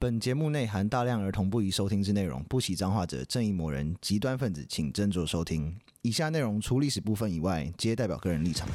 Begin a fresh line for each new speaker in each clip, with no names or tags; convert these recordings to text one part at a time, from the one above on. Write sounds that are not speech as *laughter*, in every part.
本节目内含大量儿童不宜收听之内容，不喜脏话者、正义魔人、极端分子，请斟酌收听。以下内容除历史部分以外，皆代表个人立场。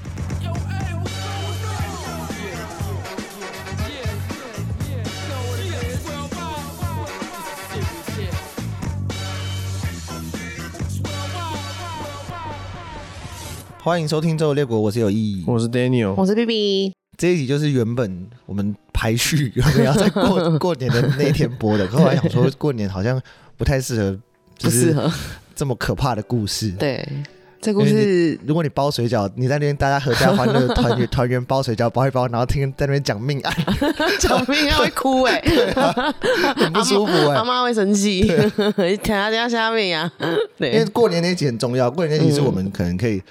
欢迎收听《周游列国》，我是有意义。
我是 Daniel，
我是 B B，
这一集就是原本我们排序有没有要在
*laughs*
过过年的那一天播的，可后来想说过年好像不太适合，
不
就
适
是
合。
这么可怕的故事。
对，这故事
如果你包水饺，你在那边大家合家欢乐团
*laughs*
圆团圆包水饺包一包，然后听在那边讲命案，
讲不应该会哭哎、
很不舒服哎、
*laughs* 阿妈会生气， *laughs* 等下等下下面呀、啊，
因为
对，
过年那集很重要，过年那集是我们可能可以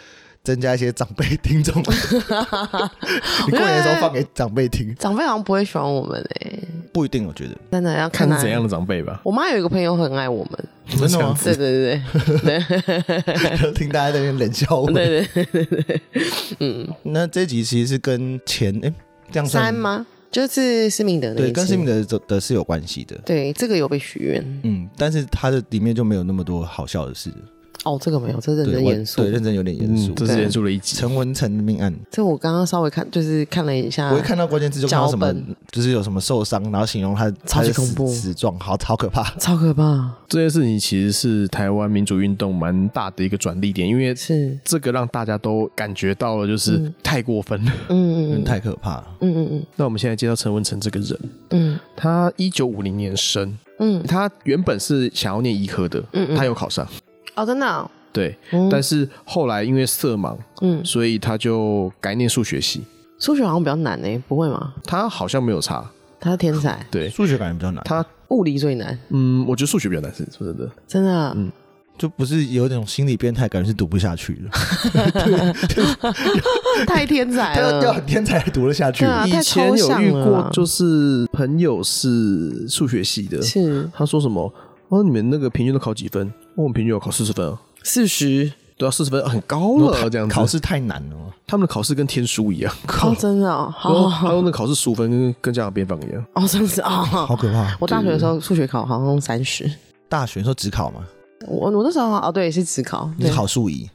增加一些长辈听
*laughs*
众。你过年的时候放给长辈听，
长辈好像不会喜欢我们哎、
不一定，我觉得
真的要
看
看
是
他
怎样。的长辈吧。
我妈有一个朋友很爱我们，
真的吗？
对对对对
*laughs* 听大家在那边冷笑我们。
对 *laughs* 对对对对，
那这集其实是跟前哎、这样算
三吗？就是施明德那一
对，
次
跟市民的的的是有关系的。
对这个有被许愿
嗯，但是它的里面就没有那么多好笑的事，
哦，这个没有，这认
对，
真
我
严肃
对，。认真有点严肃
嗯，。这是
对
严肃的一集。
陈文成的命案，
这我刚刚稍微看，就是看了一下，
我一看到关键字就看到什么
啊脚本，
就是有什么受伤，然后形容他他
超级
的死
恐怖
死状，好好可怕。
超可怕，
这件事情其实是台湾民主运动蛮大的一个转捩点，因为
是，
这个让大家都感觉到了，就是太过分了。 *laughs*
嗯嗯
太可怕了，
嗯嗯
那我们现在介绍陈文成这个人，
嗯
他一九五零年生，
嗯嗯，
他原本是想要念医科的，
嗯嗯
他有考上，
哦，真的哦，
对，
嗯
但是后来因为色盲，
嗯，
所以他就改念数学系。
数学好像比较难诶、不会吗？
他好像没有差，
他是天才，
对
数学感觉比较难，
他，
物理最难，
嗯，我觉得数学比较难，是说真的。
真的啊、
就不是有一种心理变态，感觉是读不下去了，
太天
*laughs*
才
他要要
了
很。啊天才才读得下去
对。啊
以
太
前
抽
有
象
遇
了
过
啦，
就是朋友是数学系的，
是
他说什么？哦，你们那个平均都考几分？哦我们平均有考四十分啊，
四十
对啊，四十分很高了，这样子。
考试太难了嘛，
他们的考试跟天书一 *laughs* 样，
哦，真的哦，
然后
好
他用的考试十五分跟跟家长边放一样。
哦，真是
好
哦。
可怕。
我大学的时候数学考好像三十，
大学的时候只考嘛，
我我那时候哦对是只考，
你
对
是，考数乙，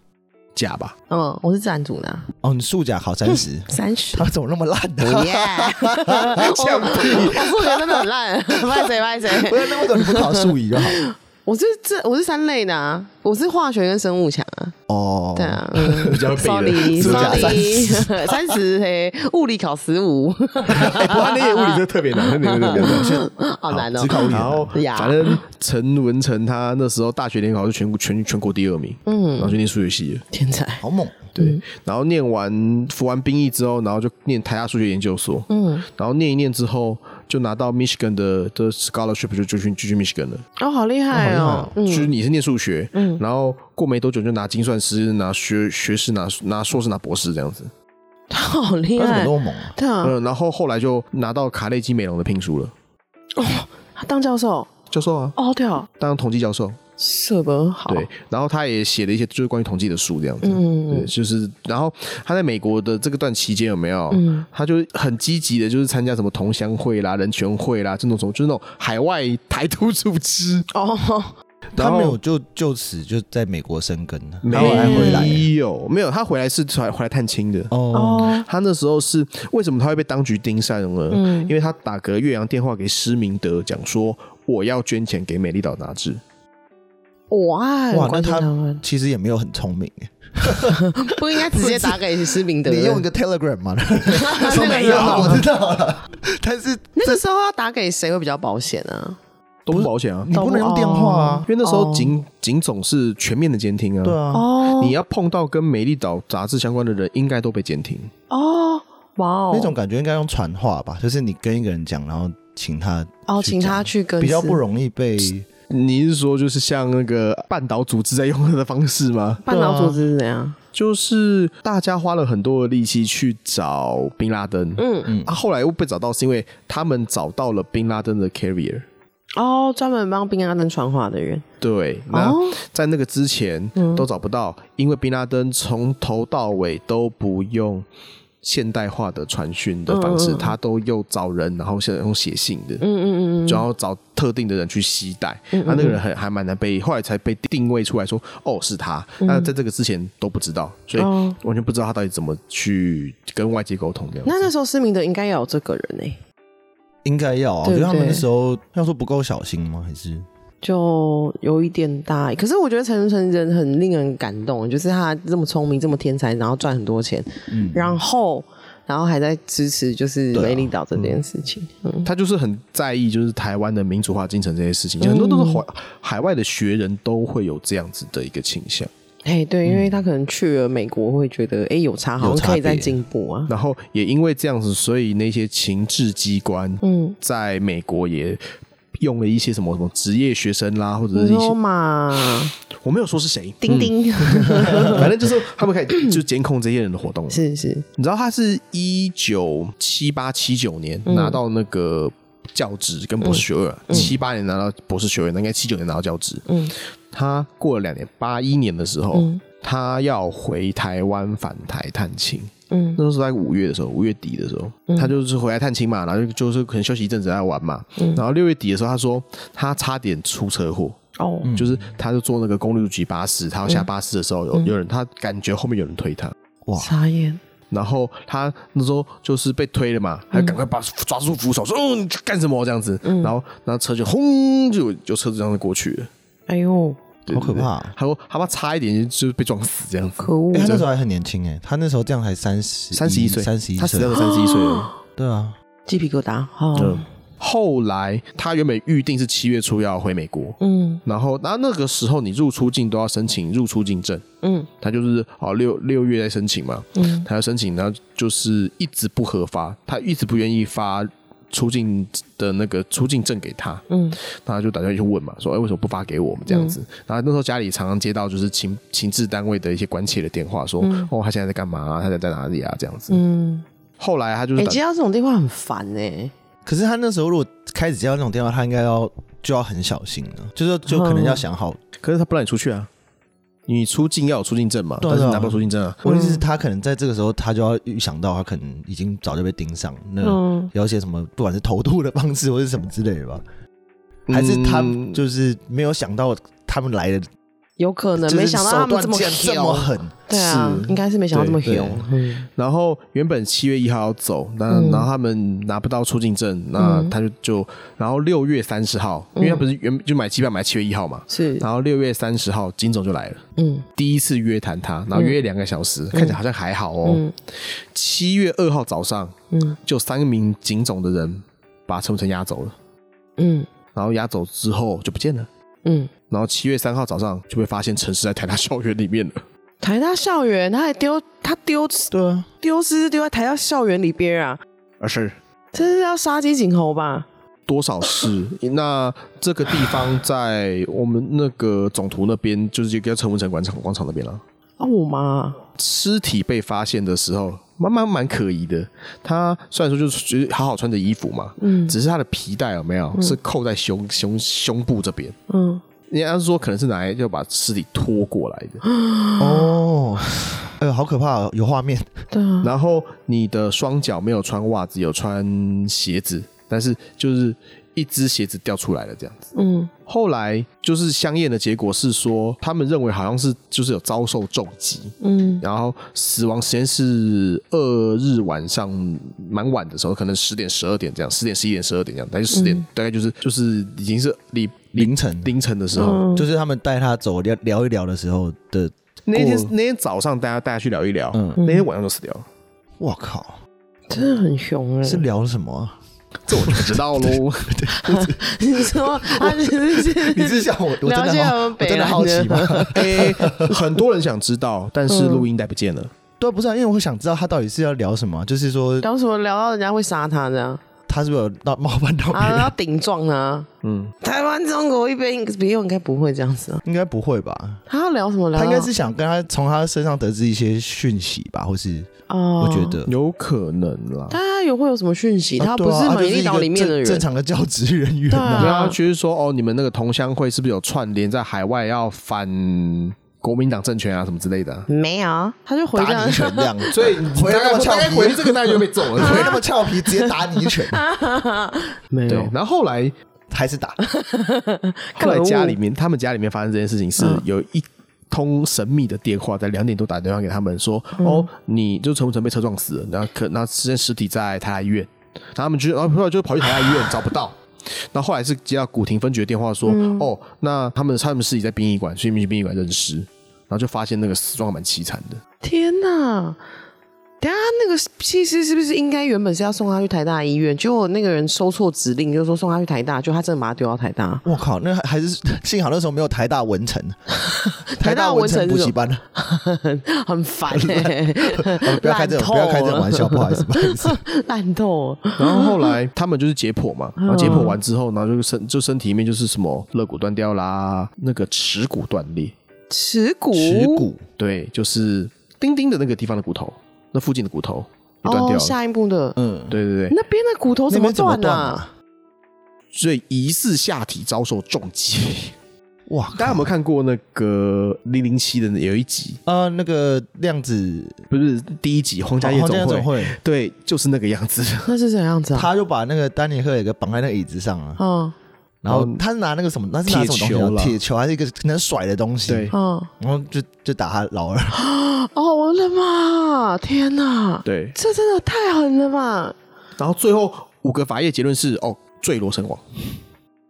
假吧，
嗯，我是自然组的
哦，你数甲考三
*laughs*
十，
三十
他。怎么那么烂啊
耶！ *laughs*
的？
我
呛屁
我数学真的很烂，拍谁拍
不
谁。
是，那为什么你不考数乙就好？
我是这我是三类的啊，我是化学跟生物强啊。
哦，
对啊，嗯
比较背的
*laughs* sorry
作假
*laughs*
sorry，三 *laughs* 十嘿，物理考十五，
哎不然那些物理真的特别难，那年特别难。
好难哦
只。考物理
然后
呀
反正陈文成他那时候大学联考是全国全全国第二名，嗯，然后就念数学系了，
*laughs* 天才，
好猛，
啊
对，然后念完服完兵役之后，然后就念台大数学研究所，
嗯，
然后念一念之后，就拿到 Michigan 的的 scholarship 就就去就去 Michigan 了。
哦，好厉害哦，
就
嗯
是你是念数学，然后过没多久就拿精算师、拿学学士、拿拿硕士、拿博士这样子。
他好厉
他怎么
害
那，么猛啊？
对啊，
嗯，然后后来就拿到卡内基美容的聘书了，
他当教授，
教授啊，
哦对哦，
当统计教授。
什么好，
对，然后他也写了一些就是关于统计的书这样子。
嗯
对，就是，然后他在美国的这个段期间有没有？
嗯
他就很积极的，就是参加什么同乡会啦、人权会啦，这种什么，就是那种海外台独
*laughs*
组织。
哦，
他
然后
没有就就此就在美国生根，啊
没
他后来回来
有，没有，他回来是回来回来探亲的。
哦，
哦，
他那时候是为什么他会被当局盯上呢？
嗯
嗯
因为他打个岳阳电话给施明德，讲说我要捐钱给美丽岛杂志。
哇，
哇，那
关心
他
们
其实也没有很聪明，
不应该直接打给施明德，
你
*laughs*
用一个啊 Telegram 嘛？ *laughs* 他
啊那个啊时候
我知道了，但是
那个时候要打给谁会比较保险啊？
都不保险啊，
你不能用电话啊
因，为那时候警警总是全面的监听啊。
对啊，
哦
你要碰到跟美丽岛杂志相关的人，应该都被监听。
哦，哇哦，
那种感觉应该用传话吧，就是你跟一个人讲，然后请他
哦，
去
请
讲
他去跟
比较
司
不容易被
你是说就是像那个半岛组织在用的方式吗？
半岛组织是怎样？
就是大家花了很多的力气去找宾拉登，
嗯
嗯，啊，后来又被找到是因为他们找到了宾拉登的 carrier。
哦，专门帮宾安登传话的人。
对，那
哦，
在那个之前都找不到，因为宾拉登从头到尾都不用现代化的传讯的方
嗯
式，他都又找人，然后现在用写信的，嗯嗯嗯，然后找特定的人去携带，
嗯
那那个人很还蛮难被，后来才被定位出来说，哦是他，那在这个之前都不知道，所以
嗯哦
完全不知道他到底怎么去跟外界沟通这样子。
那那时候施明德应该要有这个人哎、
应该要啊，我
对
觉得他们
对
那时候要说不够小心吗？还是
就有一点大。可是我觉得陈晨人很令人感动，就是他这么聪明，这么天才，然后赚很多钱，
嗯
然后然后还在支持就是
对啊
美丽岛这件事情。嗯，
他就是很在意，就是台湾的民主化进程这些事情，
嗯
很多都是海海外的学人都会有这样子的一个倾向，
哎、对，因为他可能去了美国，会觉得哎、有差，好
有
像
差
可以再
别
进步啊。
然后也因为这样子，所以那些情治机关
嗯，
在美国也用了一些什么什么职业学生啦，或者是
你
一
说
些
嘛，
我没有说是谁，
丁丁、
反正就是他们开
*clears throat*
始就监控这些人的活动了。
*laughs* 是是，
你知道他是一九七八七九年
嗯
拿到那个教职跟博士学位，七八、年拿到博士学位，那应该七九年拿到教职。
嗯
他过了两年，八一年的时候，
嗯
他要回台湾返台探亲。
嗯
那时候在五月的时候，五月底的时候，他就是回来探亲嘛，然后就就是可能休息一阵子在玩嘛。
嗯
然后六月底的时候，他说他差点出车祸，
哦，
就是他就坐那个公路局巴士，他要下巴士的时候，
嗯
有有人他感觉后面有人推他，
哇，
傻眼，
然后他那时候就是被推了嘛，他赶快把抓住扶手，说：“嗯，你去干什么？”这样子，然后然后车就轰就就车子这样子过去了。
哎呦，
对
好可！
对对
怕啊！
他说他怕差一点就就被撞死这样子。
可恶
哎，他那时候还很年轻哎，他那时候这样才三十
三十一
嗯
岁，
三十一
他死掉
岁，
的三十一岁了。
对啊，
鸡皮疙瘩，哦，
后来他原本预定是七月初要回美国，
嗯
然后那那个时候你入出境都要申请入出境证，
嗯
他就是哦六六月在申请嘛，
嗯，
他要申请，然后就是一直不核发，他一直不愿意发出境的那个出境证给他，
嗯，
他就打电话去问嘛，说哎、为什么不发给我们这样子？
嗯
然后那时候家里常常接到就是情情治单位的一些关切的电话，说、
嗯
哦他现在在干嘛、啊？他在在哪里啊？这样子。
嗯，
后来他就是
哎、
打
接到这种电话很烦哎、
可是他那时候如果开始接到那种电话，他应该要就要很小心了，就是就可能要想好。
嗯
可是他不让你出去啊，你出境要有出境证嘛，
对啊
但是拿不到出境证啊。
我的意思是，他可能在这个时候，他就要预想到他可能已经早就被盯上，那
嗯
有一些什么，不管是投毒的方式或是什么之类的吧，还是他
嗯
就是没有想到他们来的，
有可能
就是
没想到他
手
们
段
这么
竟然这么
凶，
狠，
*gasps* 对啊，
是
应该是没想到这么
对对
凶。嗯
然后原本七月一号要走，那、
嗯
然后他们拿不到出境证，那他就就然后六月三十号，因为他不是原就买机票买七月一号嘛，
是，
然后六月三十号金总就来了，
嗯
第一次约谈他，然后约两个小时，看起来好像还好哦
嗯。
七、月二号早上，
嗯
就三名警总的人把陈晨押走了，
嗯
然后押走之后就不见了。
嗯，
然后七月三号早上就被发现陈氏在台大校园里面了。
台大校园，他还丢他丢
对啊，
丢失丢在台大校园里边啊，
而是
这是要杀鸡儆猴吧？
多少是那这个地方在我们那个总图那边，就是一个叫陈文成广场广场那边了。
啊，我妈，
尸体被发现的时候，蛮蛮蛮可疑的。他虽然说就是就是好好穿着衣服嘛，
嗯
只是他的皮带有没有、是扣在胸胸胸部这边？
嗯，
人家是说可能是拿来要把尸体拖过来的。
哦，哎呦，好可怕、哦，有画面，
对啊，
然后你的双脚没有穿袜子，有穿鞋子，但是就是一只鞋子掉出来了这样子。
嗯
后来就是相验的结果是说，他们认为好像是就是有遭受重击，
嗯
然后死亡时间是二日晚上蛮晚的时候，可能十点、十二点这样，十点、十一点、十二点这样，大概十点，大概就是就是已经是凌
嗯凌晨，
凌晨的时候。
嗯
就是他们带他走聊聊一聊的时候的，
那天
过
那天早上大家大家去聊一聊，
嗯
那天晚上就死掉了，
我靠，
真的很凶哎、
是聊了什么啊、
这我就不知道 *laughs* 喽。
你说他只是
*laughs* *laughs* 你是想我，我真
了
的
解
好，
我
我
们北
真的
兰
好奇
的
吗？
哎，很多人想知道，但是
嗯
录音带不见了。
*laughs* 对啊，不是、啊，因为我会想知道他到底是要聊什么啊，就是说
聊什么聊到人家会杀他这
*laughs*
样
他是不是有闹冒犯到别
啊，
人？
要顶撞啊。
嗯，
台湾、中国一边，别人应该不会这样子啊。
应该不会吧？
他要聊什么聊到？
他应该是想跟他从他身上得知一些讯息吧，或是
哦，
我觉得。
有可能啦。
他有会有什么讯息？
啊
他
对
不
啊
是
他就是
美丽岛里面
一个
的人，
正正常的教职人员
对
啊
啊
没有，他就是说哦，你们那个同乡会是不是有串联在海外要反国民党政权啊什么之类的啊、
没有，他就回
打
到
你一拳这 *laughs* 样，
所以你
回来那么
大概
俏
大概
皮， *laughs*
回这 *laughs* 个大概就被揍了。
回
对
*laughs* 那么俏皮，直接打你一拳，
*laughs* *laughs* 没
对
有，，
然后后来
还是打，
后来
可恶嗯
家里面，他们家里面发生这件事情是有一通神秘的电话，在两点多打电话给他们说，
嗯
哦，你就陈文成被车撞死了，然后可那现在尸体在台大医院，然后他们就然后后来就跑去台大医院找不到。然后后来是接到古亭分局的电话说，
嗯
哦，那他们他们尸体在殡仪馆，所以你们去殡仪馆认尸，然后就发现那个死状蛮凄惨
*laughs*
的。
天哪！等一下那个其实是不是应该原本是要送他去台大医院，结果那个人收错指令，就说送他去台大，就他真的把他丢到台大。 *laughs*
我靠，那还还是幸好那时候没有台大文成，
台大
大
文
文
成
成
是
补习班，
很很烦欸
哦 *laughs* 不要开这种不要开这种玩笑，不好意思，
*laughs*
不好意思，
烂透了。
然后后来他们就是解剖嘛，
嗯
然后解剖完之后，然后就身就身体里面就是什么肋骨断掉啦，那个耻骨断裂，
耻骨，
耻骨
哦
对，就是钉钉的那个地方的骨头，那附近的骨头也断掉
哦，
了。
下一步的
嗯，
对对对，
那边的骨头
那
么
边怎么
断
断
啊？
啊？
所以疑似下体遭受重击。 *laughs*
哇，
大家有没有看过那个零零七的有一集？
呃，那个量子哦
不是第一集《皇
哦
家夜
黄家
总会》
总会，
*laughs* 对，就是那个样子。
那是怎样子啊？
他就把那个丹尼赫尔给绑在那个椅子上啊，
嗯
然后他是拿那个什么，那是拿什么
铁球
东西、
啦
啊？铁球还是一个能甩的东西？
*laughs* 对
嗯，
然后就就打他老二， *laughs*
哦，我的妈！天哪，
对，
这真的太狠了吧！
然后最后五个法医的结论是哦，坠楼身亡。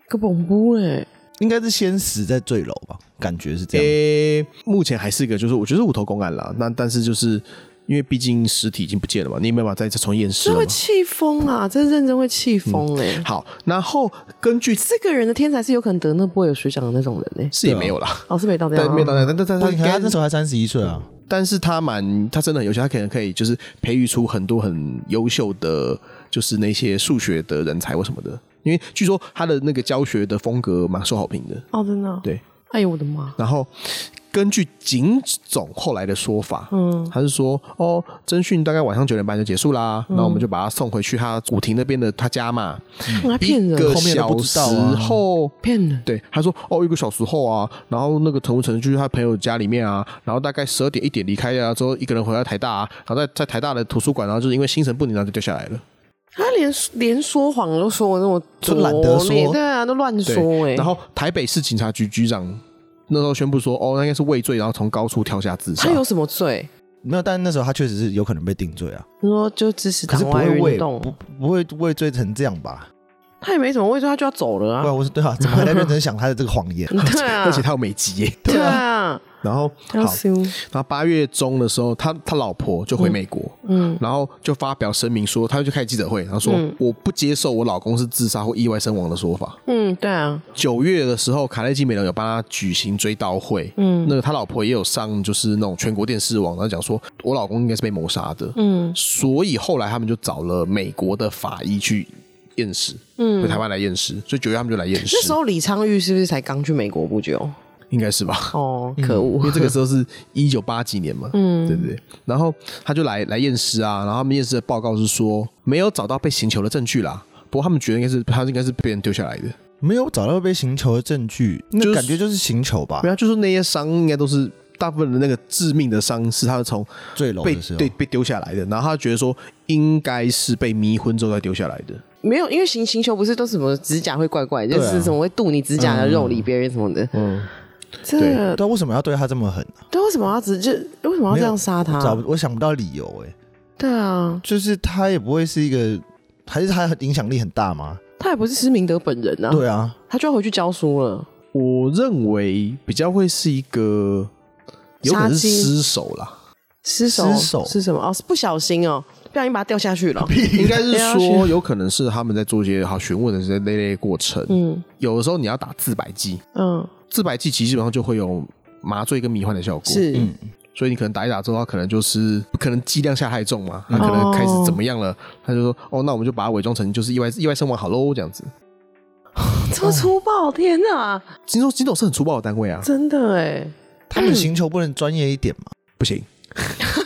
个恐怖嘞，
应该是先死再坠楼吧？感觉是这样。
诶、目前还是一个，就是我觉得是无头公案啦。那但是就是因为毕竟尸体已经不见了嘛，你也没办法再重验尸
这
了
会
嘛。
气疯啊！这认真会气疯嘞。
好，然后根据
这个人的天才是有可能得诺贝尔水奖的那种人嘞。
是也没有啦，
哦，是没到这样
但
啊，
没有到那，但但但
不，你看他那
但
时
是
候还三十一岁啊，
但是他蛮他真的很优秀，他可能可以就是培育出很多很优秀的，就是那些数学的人才或什么的。因为据说他的那个教学的风格蛮受好评的，
哦，真的哦。
对。
哎呦我的妈！
然后根据警总后来的说法，
嗯
他是说，哦，侦讯大概晚上九点半就结束啦，
嗯
那、我们就把他送回去他古亭那边的他家嘛。
他骗
一
人
个，
后面都
小
不知
时
道啊
后，
骗人。
对，他说哦，一个小时后啊，然后那个陈文成就去他朋友家里面啊，然后大概十二点一点离开啊，之后一个人回到台大啊，然后在在台大的图书馆，然后就是因为心神不宁，然后就掉下来了。
他连连说谎都说那种拙
就懒得说
劣对啊，都乱
对，
说哎。
然后台北市警察局局长那时候宣布说，哦，那应该是畏罪，然后从高处跳下自杀
他。有什么罪？
没有，但那时候他确实是有可能被定罪啊，
你说就支持
可是
党
不
外
会
运
畏
动，
不不会畏罪成这样吧？
他也没什么畏罪，他就要走了
不然
啊。
我说对啊，怎么还在认真想他的这个谎
*laughs*
言？
对啊，
*laughs* 而且他有美籍耶，
对啊，
然后
要
好，
修，
然后八月中的时候，他他老婆就回美国，
嗯，
然后就发表声明说，他就开记者会，然后说、
嗯
我不接受我老公是自杀或意外身亡的说法。
嗯，对啊，
九月的时候，卡内基美容有帮他举行追悼会，
嗯
那个他老婆也有上就是那种全国电视网，然后讲说我老公应该是被谋杀的，
嗯
所以后来他们就找了美国的法医去验尸，
嗯
回台湾来验尸，所以九月他们就来验尸
那，时候李昌钰是不是才刚去美国不久？
应该是
*laughs*
吧？
哦，
嗯
可恶
因为，这个时候是一九八几年嘛，
嗯
对不对？然后他就来来验尸啊，然后他们验尸的报告是说没有找到被刑求的证据啦，不过他们觉得应该是他应该是被人丢下来的，
啊
没有找到被刑求的证据，
就
那
是
感觉就是刑求吧
没？有，就是那些伤应该都是大部分的那个致命的伤是他从
坠楼
被
的时候
对，被丢下来的，然后他觉得说应该是被迷昏之后再丢下来的，
没有，因为行行球不是都什么指甲会怪怪，就
对
是
啊
什么会镀你指甲的肉里别人什么的，
嗯，
这
对
对啊，为什么要对他这么狠啊？
对为什么要直接为什么要这样杀他？
找不我想不到理由哎，
对啊，
就是他也不会是一个，还是他影响力很大吗？
他也不是施明德本人啊，
对
*clears throat*
啊，
他就要回去教书了。
我认为比较会是一个有可能
杀
是
鸡
失手
*laughs*
啦，
失手
失手
是什么？哦，是不小心哦，不小心把他掉下去了。
应该是
哎呀
说有可能是他们在做一些好询问的这类类过程，
嗯
有的时候你要打自白剂，
嗯，
自白剂其实基本上就会有麻醉跟迷幻的效果，
是
嗯
所以你可能打一打之后，他可能就是可能剂量下太重嘛，他
哦
可能开始怎么样了，他就说哦，那我们就把它伪装成就是意外意外身亡好喽这样子。
这么粗暴，天
*laughs*
哪，
金总金总是很粗暴的单位啊，
真的
欸
哎，
他们刑求不能专业一点吗？
不行，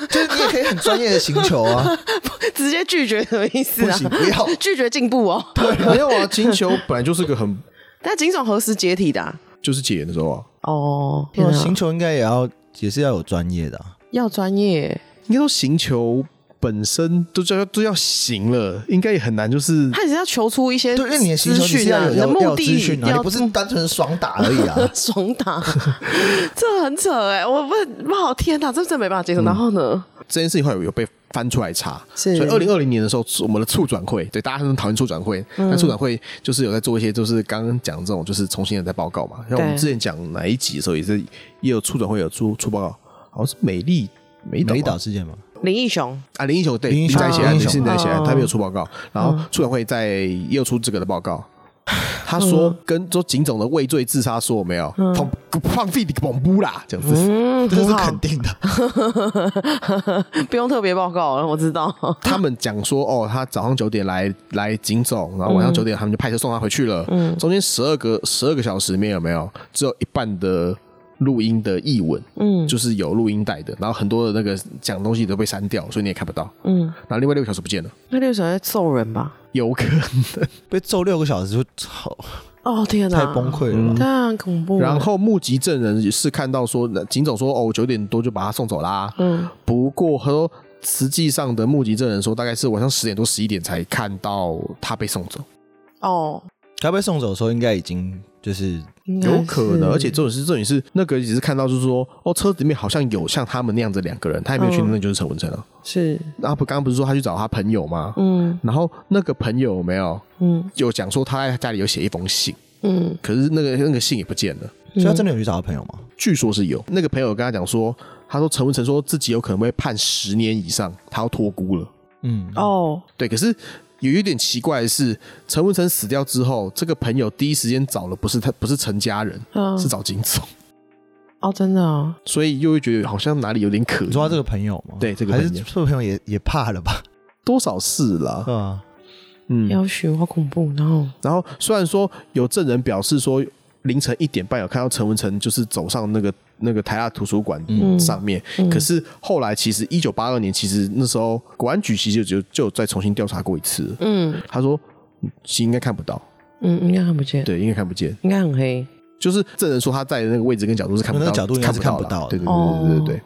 就是你也可以很专业的刑求啊，
*laughs* *laughs* 直接拒绝什么意思
不
啊
行？不要，
*laughs* 拒绝进步哦。
没有啊，金球本来就是个很 *laughs*
但警总何时解体的啊、
就是解严的时候啊，
哦，
对
天
啊
啊！呃
刑求应该也要也是要有专业的、啊，
要专业。
应该说行球本身都就要都要行了，应该也很难就是
他只是要求出一些
对，因为你的行
资
球你是
讯
要
啊，
有
你的
要
目
要资
的
讯啊，
要。
你不是单纯爽打而已啊
爽打， *laughs* 这很扯哎、我不不好天哪，这真没办法接
嗯
受。然后呢，
这件事情后来有被翻出来查，所
是
以二零二零年的时候，我们的促转会，对大家很讨厌促转会，
嗯
但促转会就是有在做一些，就是刚刚讲这种，就是重新人在报告嘛。像我们
对
之前讲哪一集的时候，也是也有促转会有出出报告，好像是美丽美岛吧
美岛事件吗？
林义雄
啊林英雄对
林英
林
雄
在一起
林
案，
英
林
雄
在一起案，
哦
他没有出报告，然后促转会在也有出这个的报告。他说跟说警总的畏罪自杀说没有放放屁你恐怖啦这样子，
嗯
这是肯定
*laughs*
的。
不用特别报告了，我知道。
他们讲说，哦，他早上九点来来警总，然后晚上九点他们就派车送他回去了。中间十二个十二个小时里面有没有只有一半的录音的译文，嗯，就是有录音带的，然后很多的那个讲东西都被删掉，所以你也看不到。
嗯，
然后另外六个小时不见了，
那六小在揍人吧？
有可能。
被揍六个小时就操，
哦天哪，
太崩溃
嗯
了吧。
太很恐怖了。
然后目击证人是看到说，警总说，哦，我九点多就把他送走啦。嗯，不过他说。实际上的目击证人说，大概是晚上十点多、十一点才看到他被送走。
哦，
他被送走的时候，应该已经就是
应该
有可能，
嗯是
而且这种是这种是那个只是看到就是说，哦，车子里面好像有像他们那样子两个人，他也没有确定那就是陈文成啊。
是
那不刚刚不是说他去找他朋友吗？
嗯
然后那个朋友有没有
嗯
有讲说他在家里有写一封信，
嗯
可是那个那个信也不见了。
所以他真的有去找他朋友吗？
据说是有那个朋友跟他讲说，他说陈文成说自己有可能被判十年以上，他要脱孤了。
嗯，
哦
对，可是有一点奇怪的是，陈文成死掉之后，这个朋友第一时间找了不是他，不是陈家人，
嗯
是找金总。
哦真的哦
所以又会觉得好像哪里有点可疑。
你说他这个朋友吗？
对这个
还
朋
是
友
这个朋友也也怕了吧？
多少事啦，
对啊，
嗯。
要学好恐怖，然后
然后虽然说有证人表示说凌晨一点半有看到陈文成就是走上那个那个台大图书馆
嗯
上面，可是后来其实一九八二年其实那时候国安局其实就就就有再重新调查过一次，
嗯
他说嗯其实应该看不到，
嗯应该看不见，
对，应该看不见。
应该很黑，
就是证人说他在的那个位置跟角度是看不到，
那个角度应该是
看
看不到的
对对
哦
对对对对。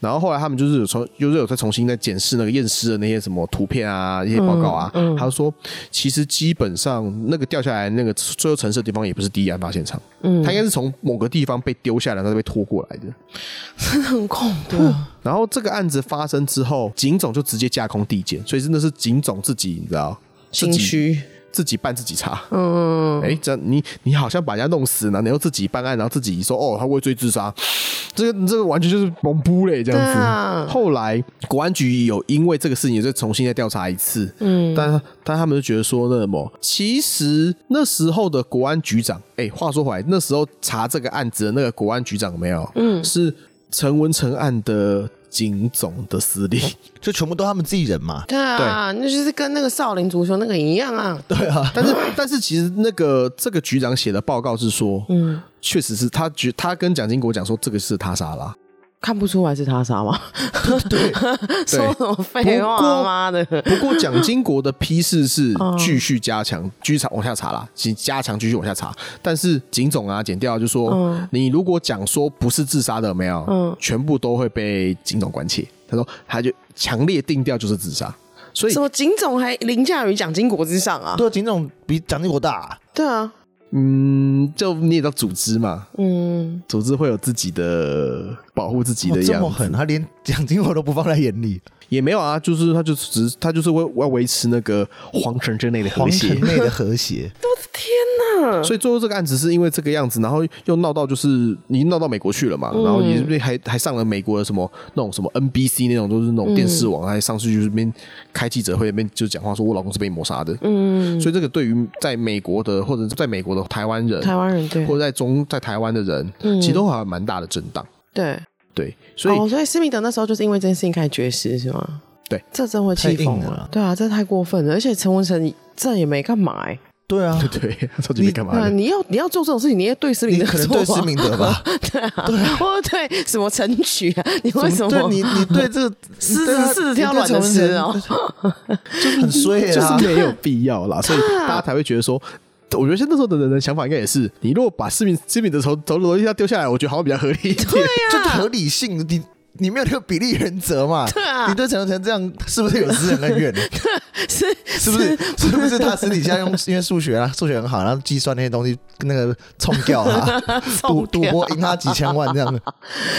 然后后来他们就是有重，就是有再重新再检视那个验尸的那些什么图片啊、一些报告啊，
嗯
他说其实基本上那个掉下来那个最后沉尸的地方也不是第一案发现场，
嗯
他应该是从某个地方被丢下来，然后再被拖过来的。
真的很恐怖，
然后这个案子发生之后，警总就直接架空地检，所以真的是警总自己，你知道，自
心
己
虚，
自己办自己查。
嗯
哎、这样你你好像把人家弄死，然后你又自己办案，然后自己说哦，他畏罪自杀，这个这个完全就是蒙布嘞这样子。
对啊
后来国安局有因为这个事情再重新再调查一次，
嗯
但但他们就觉得说那什么，其实那时候的国安局长，哎、话说回来，那时候查这个案子的那个国安局长有没有，嗯，是陈文成案的警总的司
*laughs*
令。
就全部都他们自己人嘛。
对啊，那就是跟那个少林足球那个一样啊，
对啊，
但是但是其实那个这个局长写的报告是说，嗯，确实是他局他跟蒋经国讲说这个是他杀啦。
看不出来是他杀吗？ *laughs* 对，说什么废
不过
话，哎妈的，嗯
不过蒋经国的批示
*laughs*
是继续加强，继续查往下查啦，请加强继续往下查。但是警总啊，检调就说，
嗯
你如果讲说不是自杀的，有没有，全部都会被警总关切。他说他就强烈定调就是自杀，所以
什么警总还凌驾于蒋经国之上啊？
对啊，警总比蒋经国大啊、
对啊，
嗯，就你也知道组织嘛，
嗯。
组织会有自己的保护自己的
哦
样子。
这么狠，他连蒋经国都不放在眼里，
也没有啊，就是他就只是他就是为要维持那个皇城之内的和
皇城
谐，
内的和谐。
*laughs* 所以最后这个案子是因为这个样子，然后又闹到就是已经闹到美国去了嘛，
嗯
然后也是还还上了美国的什么那种什么 NBC 那种都是那种电视网，还上去就是那边开记者会那边就讲话说我老公是被谋杀的，嗯，所以这个对于在美国的或者在美国的台湾人，
台湾人对
或者在中在台湾的人，其实都还蛮大的震荡，
对，
对，所以
哦，所以施密德那时候就是因为这件事情开始绝食是吗？
对，
这真会气
太硬
疯
了啦
对啊，这太过分了，而且陈文成这也没干嘛、欸，
对啊，
*laughs* *laughs* 对，超级没干嘛
那
的，
啊你要你要做这种事情，你也对施密
你
德
可能
做
对
啊，
施明德吧？
*laughs* 对啊，或者对什么陈曲啊，你为什
对
么
你你对这个
狮子狮子挑软的吃哦，
很衰
就
*laughs* 啊
*laughs*
*laughs* 啊
是！没有必要啦，所以大家才会觉得说。我觉得像那时候的人的想法应该也是，你如果把市民市民的头头颅要丢下来，我觉得好像比较合理一点。
啊
这合理性，你你没有那个比例原则嘛？
*laughs* 对啊
你对陈成这样是不是有私人恩怨？
*laughs* 是
是不是？是不是他私底下用因为数学啊，数学很好，然后计算那些东西，那个冲掉
*laughs*
他，赌赌博赢他几千万这样，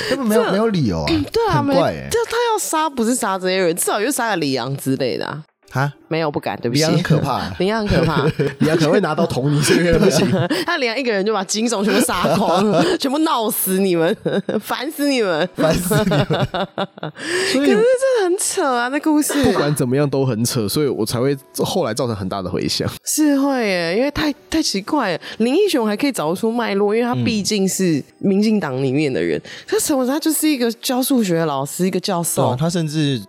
根本没有没有理由啊，
对啊，
很
没，
怪欸
就他要杀不是杀这些人，至少就杀个李阳之类的、啊。
哈，
没有，不敢，对不
李
起。
阳很可怕
*laughs* 李阳很
*laughs*
可怕，
*laughs* 你还可能会拿刀捅你，是因为不行。
他李阳一个人就把金总全部
*laughs*
杀光，全部闹死你们， *laughs* 烦死你们。
啊烦死你
*laughs*
了！
所
可
以
是这很扯啊，那故事
不管怎么样都很扯，所以我才会后来造成很大的回响。 *laughs*
是会耶，因为太太奇怪了。林义雄还可以找出脉络，因为他毕竟是民进党里面的人。可是我他就是一个教数学的老师，一个教
对啊
授，
他甚至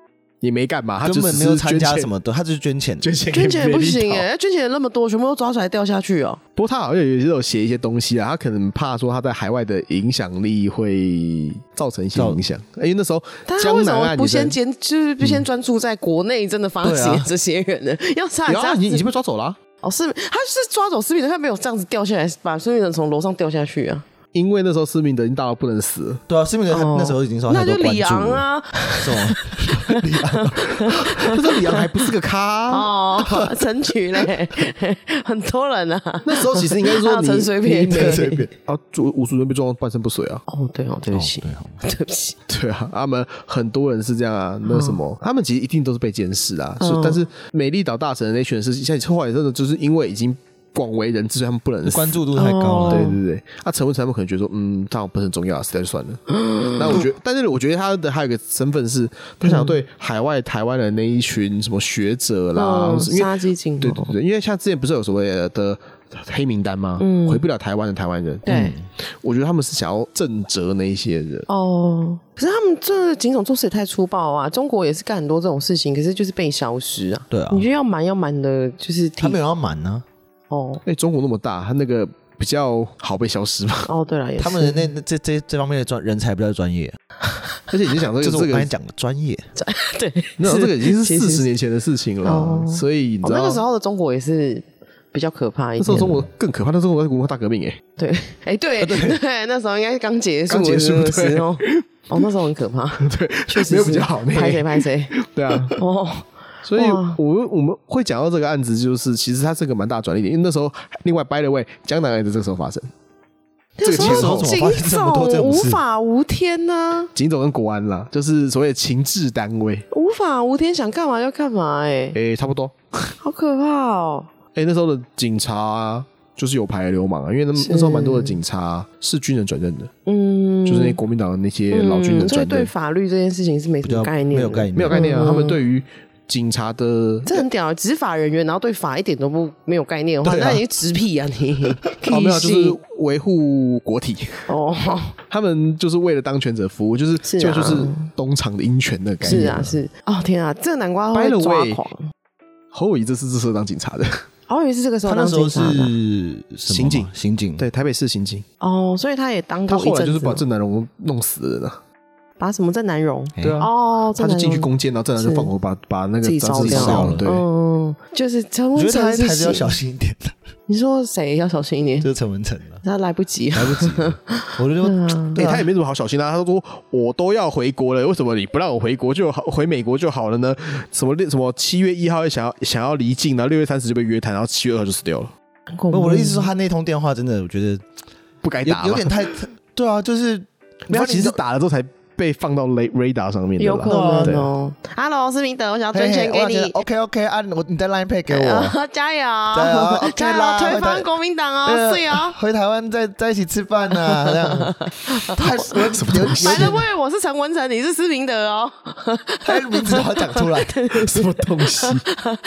也没干嘛，他就
根本
只
没
是
有参
捐
加
钱
什，么的，他就是捐钱。
*laughs* 捐钱给
捐钱也不行
美丽岛
哎，要捐钱的那么多，全部都抓出来掉下去哦。
不过他好像也是有写一些东西啊，他可能怕说他在海外的影响力会造成一些影响，因为那时候
但他
江
为什
南啊
么
岸
不
女生
先兼，就是不先专注在国内真的发
对啊
起这些人呢？要杀
有啊，
杀
已经已经被抓走了啊、
哦，是他是抓走施密德，他没有这样子掉下来，把施密德从楼上掉下去啊。
因为那时候思明德已经大到不能
*laughs*
死，
对啊，是不是他
哦
那时候已经受到
那
太
就
多关
李
注
昂
了？
啊，
是吗？
那时候李阳还不是个咖、啊
哦，陈菊嘞， *laughs* 很多人啊。
那时候其实应该是
还
说
有 *laughs*
你
陈水扁
你
对
陈水扁啊，主吴主任被撞到半身不遂啊，
哦，对哦，对 *laughs* 不起，对不起，
*laughs* 对啊，他们很多人是这样
哦
啊，那什么，他们其实一定都是被监视啊，
嗯
所以但是美丽岛大神的那群人是现在后来真的就是因为已经广为人知，所以他们不能
*laughs*
死
关注度太高了
哦，
对对对，那陈文成他们可能觉得说，嗯，他好像不是很重要，死掉就算了。
*gasps*
那我觉得，但是我觉得他的还有一个身份是，他想对海外台湾的那一群什么学者啦，
嗯，
或是因
杀
为
鸡儆
对
猴
对，对，因为像之前不是有所谓的黑名单吗？回不了台湾的台湾人，
嗯
嗯
对，
我觉得他们是想要正责那一些人。
哦，可是他们这警总做事也太粗暴啊！中国也是干很多这种事情，可是就是被消失啊。
对啊
你就要瞒要瞒的，就是
他
挺
没有要啊瞒呢。
哦
那哎中国那么大，他那个比较好被消失嘛？
*laughs* 哦，对了，也是
他们的 *laughs* 那那这这这方面的专人才比较专业，
而且你就想这个
就是我
这
刚才
个，
讲的专业。
对，
那这个已经
其
是
实
四十年前的事情
哦
了，所以你
哦
知道
那个时候的中国也是比较可怕一
啊那时候
点。
中国更可怕，那时候中国在文化大革命哎、 *laughs*
对，哎，对对，那时候应该是刚结束
刚结束
的时候，哦，那时候很可怕，
对，
确实
没有
是
比较好呢。
拍谁拍谁
对
*laughs*
啊，
哦，
所以
哇
我们我们会讲到这个案子，就是其实它是个蛮大转捩点，因为那时候另外 by the way，江南案子这个时候发生，这个
那时
前
候
后
手怎么发
警
生这么多这
总
种
无
事
法无天呐、
警总跟国安啦，就是所谓的情治单位，
无法无天，想干嘛就干嘛、哎，
诶、差不多，
好可怕哦！
诶、那时候的警察、啊。就是有牌流氓啊，因为那
是
那时候蛮多的警察、是军人转任的，
嗯，
就是那国民党的那些老军人
嗯所以
转
对
任，
法律这件事情是没什
比较
么概念，
没有概。念，
没有概念啊。
嗯
他们对于警察的
这很屌，执法人员，然后对法一点都不没有概念的话，
对啊
那你直屁啊你！
*laughs*
哦，没有，就
屁
是
信
维护国体。
哦， *laughs*
啊
他们就是为了当权者服务，就是
是啊
就就是东厂的鹰犬的概念。
是啊，是哦，天啊，这个南瓜
By
会
the
抓
way，
狂。
侯友谊这次是适合当警察的，
哦，我以为是这个时
他
候
那
当
时候
警察的
是
刑警
刑警
啊
对，台北市刑警，
哦，所以他也当
他
过一
后来
阵
就是
子
把
吗，
郑南荣弄死的人啊，
把什么郑南荣
哎
对啊，
哦，
他
郑
就
南
进去
荣
攻坚，然后郑南荣
是
放火把把那个
自己
杂
烧
志
掉
烧了，
了
对，
嗯，就是陈
我
文
觉得
成
还
是
还是要
谁
小心一点的，
*laughs* 你说谁要小心一点
就？是陈文成了，
他来不及啊，
来不及
*laughs*
了。我就
嗯
说，
哎，他也没什么好小心啊，他说我都要回国了，为什么你不让我回国就好，回美国就好了呢？什么六什么七月一号想要想要离境，然后六月三十就被约谈，然后七月二号就死掉了，
很恐
不
怖
我的意思是说，他那通电话真的，我觉得
不该打
有
嘛，
有点太，对啊，就是
没有，他其实
你
是打了之后才被放到雷 radar 上面的啦，
有可
对
能哦。Hello，思明德，我
啊
想要
嘿
捐
嘿
钱给
我
你
觉得。OK OK 啊，我你的 Line Pay 给我。
啊 *laughs* 加
加油
油，
，OK 啦
推
拜拜
翻国民党
呃
哦，是哦。
回台湾再在一起吃饭呐，这
*laughs*
样太我有
白了
有点
喂，我是陈文成，你是施明德 *laughs* 哦，
他名字都要讲出来，
什么东
*laughs*
西？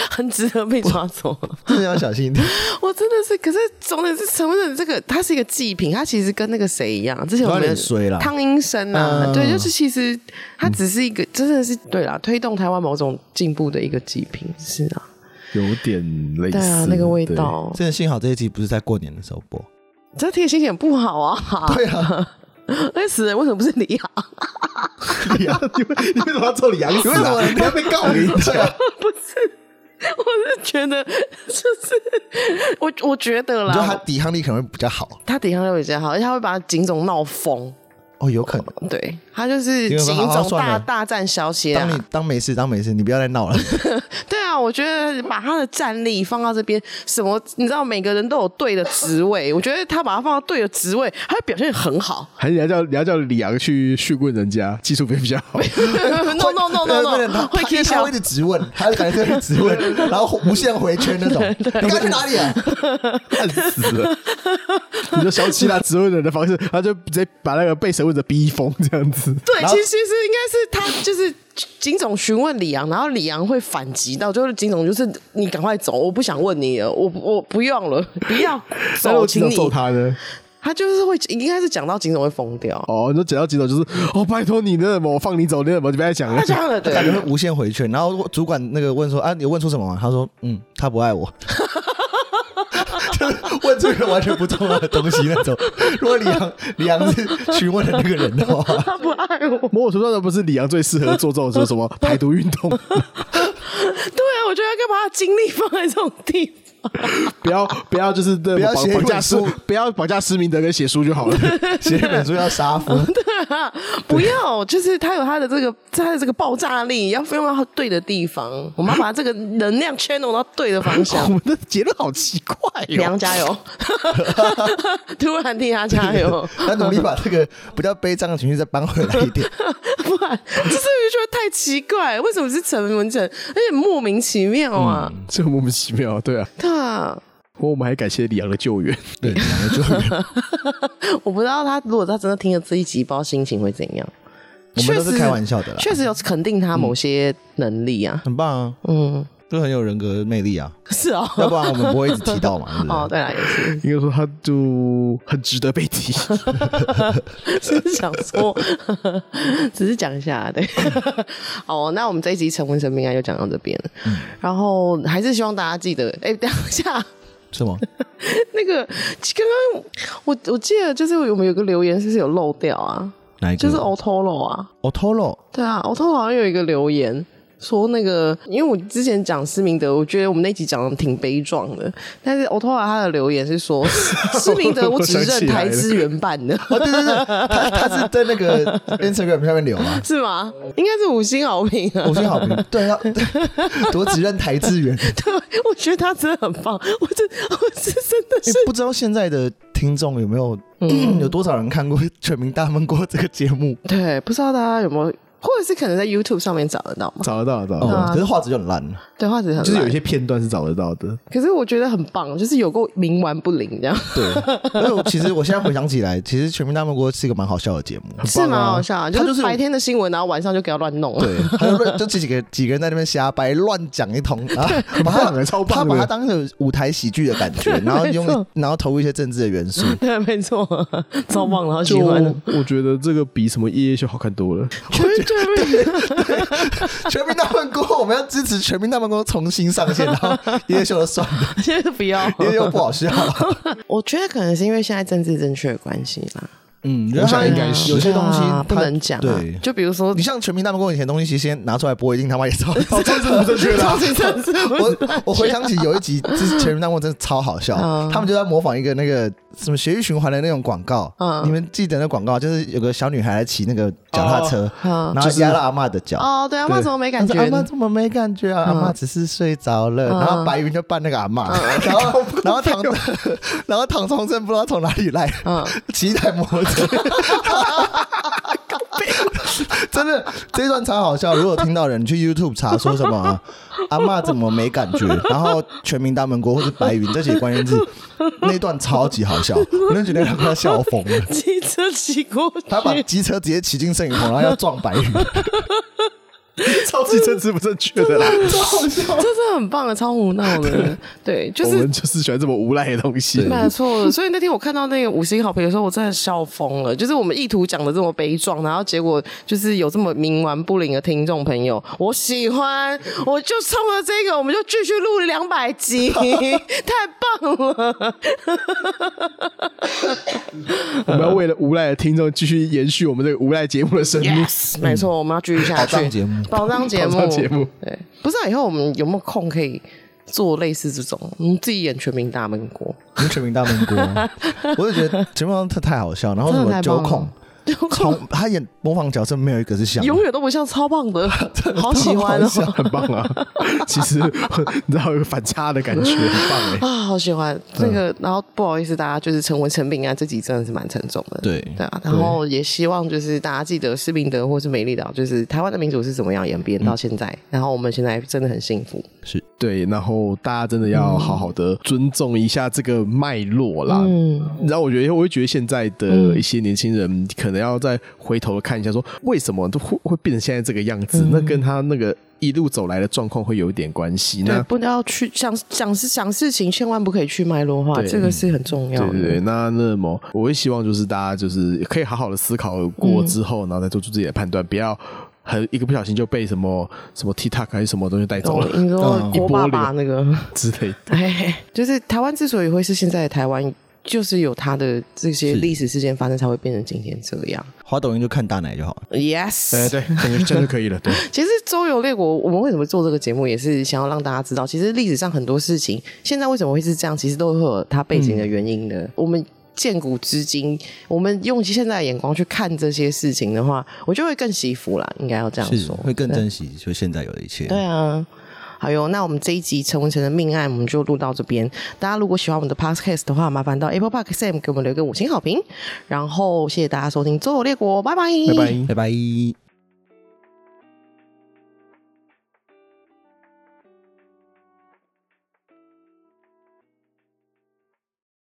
很值得被抓走。
*laughs* 真的要小
*laughs*
心一点。
我真的是，可是总的是陈文成这个，他是一个祭品，他其实跟那个谁一样，之前我
有点
们
衰啦
汤英生啊
嗯，
对，就是其实他只是一个，真的是对啦，推动台湾某种进步的一个祭品，是啊，
有点类似，
对啊，那个味
对。 *laughs*
道，
真的幸好这一集不是在过年的时候播，
这天心情很不好 *laughs* 啊。
对啊，
那死人为什么不是你啊？
你为你为什么要做李阳死、啊？
你为什么
*laughs*
你要被告？我跟你讲，
对啊，
不是，我是觉得就是我我觉得
你
啦，
觉得他抵抗力可能会比较好
他抵抗力比较好，而且他会把警总闹疯。
哦，有可能。
对他就是
因为
警
好好
总
算
大
了
大战小写
当你
啊，
当没事，当没事，你不要再闹了。
对啊，我觉得把他的战力放到这边，什么你知道，每个人都有对的职位，我觉得他把他放到对的职位，他会表现得很
*laughs*
好。 *laughs*
还是你要叫你要叫李阳去训问人家，技术比比较好。
no no no no
对
no，
他他
会
因
K
为
小
他会一直质
*laughs*
问，他感觉会质问，然后无限回圈那种。你刚去哪里啊？
烂死了！ *laughs* 你说小七他质问人的方式，他就直接把那个被审问者逼疯这样子。
对，
然
其
后
实其实应该是他就是警总询问李阳，然后李阳会反击到，就是警总就是你赶快走，我不想问你了，我我不用了，不 *laughs* 要
那如
走，
果警
请
长
你。
揍他呢？
他就是会应该是讲到警总会疯掉，
哦，你说讲到警长就是哦，拜托你那什么，我放你走，那什么就不要再讲了
他。这样的对
感。觉会无限回圈。然后主管那个问说：“啊，你问出什么吗？”他说：“嗯，他不爱
*laughs*
我。”就是问出一个完全不重要的东西那种。如果李阳李阳是询问的那个人的话，
他不爱我， *laughs* 对
某种程度上不是李阳最适合做这种说什么 *laughs* 排毒运动，
啊，我觉得该把他精力放在这种地方。
不要不要就是不
不要写一
绑绑
本
架施
书，
不要绑架施明德跟写书就好了。
*laughs* 写一本书要杀夫，
*laughs* 啊不要，就是他有他的这个他的这个爆炸力，要用到对的地方。我们要把这个能量 channel 到对的方
*laughs*
向
我。们的结论好奇怪哦哟、
梁加油！ *laughs* 突然替他加油，
*laughs* 他努力把这个比较悲伤的情绪再搬回来一
*laughs*
点。
*laughs* 不然就是我就觉得太奇怪，为什么是陈文成，而且莫名其妙啊？
嗯
这个莫名其妙，对啊。
对啊， *laughs*
不过我们还感谢李阳的救援， *laughs*
对，两个就
我不知道他如果他真的听了这一集，不知道心情会怎样。
我们都是
确实
开玩笑的啦，
确实有肯定他某些能力啊，
很棒啊，
嗯，
就很有人格魅力啊，
是哦，
要不然我们不会一直提
*laughs*
到嘛，对不对？
哦，对啊，也是，
应该说他就很值得被提。
*laughs* 是想说，只是讲一下，对。 *laughs* 哦，那我们这一集陈文成命案就讲到这边，
嗯
然后还是希望大家记得，哎，等一下。 *laughs*
是吗？
那个刚刚我我记得就是我们有个留言是不是有漏掉啊？
哪一个？
就是 Otolo 啊，
哦，Toro，
对啊，Otolo 好像有一个留言说那个，因为我之前讲施明德，我觉得我们那集讲的挺悲壮的，但是 Otolo 他的留言是说
*laughs*
施明德我只
我想起
认
来
台
了
资原办的， *laughs*
哦，对对对，他他是在那个 Instagram 下面留嘛，
是吗？应该是五星好评啊。
五星好评，对啊，多只认台资
*laughs*
源，
对，我觉得他真的很棒，我这我这真的
因
是
为不知道现在的听众有没有、*clears throat*
嗯
有多少人看过《全民大闷锅》这个节目
*laughs* 对，不知道大家有没有，或者是可能在 YouTube 上面找得到吗？
找得到，
啊
找得到，
哦，可是画质就很烂，
对，画质很
就是有
烂
一些片段是找得到的。
可是我觉得很棒，就是有够冥顽不灵这样，
*laughs*
对。 *laughs* 而且我其实我现在回想起来，其实《全民大闷锅》是一个蛮好笑的节目，
是蛮好笑啊。
他
就
就是是
白天的新闻，然后晚上就给他乱弄。
对，他就乱就这几个几个人在那边瞎掰乱讲一通，然后把
棒
他
欸超棒
他
的
把它当成舞台喜剧的感觉，然后用
没错
然后投入一些政治的元素，
*laughs* 对，没错， *laughs* 超棒的，好喜
就
欢啊的。
我觉得这个比什么夜夜秀好看多了。
绝对不
全民大闷锅，我们要支持全民大闷锅重新上线，然后夜夜秀就算
*laughs*
了，
现在不要。
夜夜秀不好笑。
我觉得可能是因为现在政治正确的关系啦，
嗯，我
哎
想应该是
有些东西
对啊
它
不能讲啊
对。，
就比如说
你像全民大闷锅以前的东西，其实先拿出来播，一定他妈也超好笑。
不正
*laughs*
确
超级政治 *laughs* 不正确
我我回想起有一集，就是全民大闷锅真的超好笑，他们就在模仿一个那个什么血液循环的那种广告。
嗯
你们记得那广告，就是有个小女孩来骑那个脚踏车，
嗯
然后压了阿嬷的脚。
哦，对阿妈
对
怎么没感觉嗯
阿？妈怎么没感觉啊？阿妈只是睡着了。然后白云就扮那个阿妈，
嗯
*laughs* 然
*laughs*
后然后唐然后唐崇盛不知道从哪里来
嗯，
骑一台摩托车。 *laughs* 真的，这一段超好笑。如果有听到的人，你去 YouTube 查说什
*laughs*
么啊阿妈怎么没感觉，然后全民大闷锅或是白云这些关键字，那一段超级好笑，我就觉得他快要笑疯了。
*laughs* 骑车骑过去，
他把机车直接骑进摄影棚，然后要撞白云。
*laughs* 超级政治不正确的啦。
*laughs* 这真的很棒的，超胡闹的。对，就
我
是
们就是喜欢这么无赖的东西。
没错，所以那天我看到那个五星好评的时候，我真的笑疯了。就是我们意图讲的这么悲壮，然后结果就是有这么冥顽不灵的听众朋友，我喜欢，我就冲着这个，我们就继续录两百集，太棒了！
我们要为了无赖的听众继续延续我们这个无赖节目的生 *laughs* 命。
Yes，没错，我们要继续下去。
宝藏节目
宝
宝
藏节目，
藏节目
对，不知道以后我们有没有空可以做类似这种，我们自己演全民大闷锅，
我们全民大闷
*laughs*
锅，我就觉得节目上特太好笑，然后什
真的
么
太
九
棒了 *laughs*
孔，
有空
从他演模仿角色没有一个是像的，
永远都不像超
*laughs*
棒的，好喜欢
超好
哦。
笑
很棒啊！其实你知道有个反差的感觉，很棒 *laughs* 哎、
啊，好喜欢这个，然后不好意思，大家就是成为陈炳安这集真的是蛮沉重的，
对
对啊，然后也希望就是大家记得施明德或是美丽岛，就是台湾的民主是怎么样演
嗯
变到现在，然后我们现在真的很幸福，
对，然后大家真的要好好的尊重一下这个脉络啦。
嗯，
然后我觉得，我会觉得现在的一些年轻人可能要再回头看一下，说为什么都会会变成现在这个样子？那跟他那个一路走来的状况会有一点关系。
对
那，
不要去想想事想事情，千万不可以去脉络化，
对
这个是很重要
对
的，
对对，那那么我会希望就是大家就是可以好好的思考过之后，然后再做出自己的判断，不要很一个不小心就被什么什么 TikTok 还是什么东西带走
哦
了、
你说
嗯
郭爸爸那个，
之类的。 *laughs*
哎，就是台湾之所以会是现在的台湾，就是有它的这些历史事件发生，才会变成今天这样。
滑抖音就看大奶就好了。
Yes，
对对，这样就这样就可以了。对，
其实周游列国，我们为什么做这个节目，也是想要让大家知道，其实历史上很多事情，现在为什么会是这样，其实都会有它背景的原因的。我们。见古至今，我们用现在的眼光去看这些事情的话，我就会更惜福啦，应该要这样
是
说。
会更珍惜就现在有的一切。
对啊。好哟，那我们这一集陈文成的命案，我们就录到这边。大家如果喜欢我们的 podcast 的话，麻烦到 Apple Park Sam 给我们留个五星好评。然后谢谢大家收听《周游列国》，拜拜，
拜
拜
拜。
拜。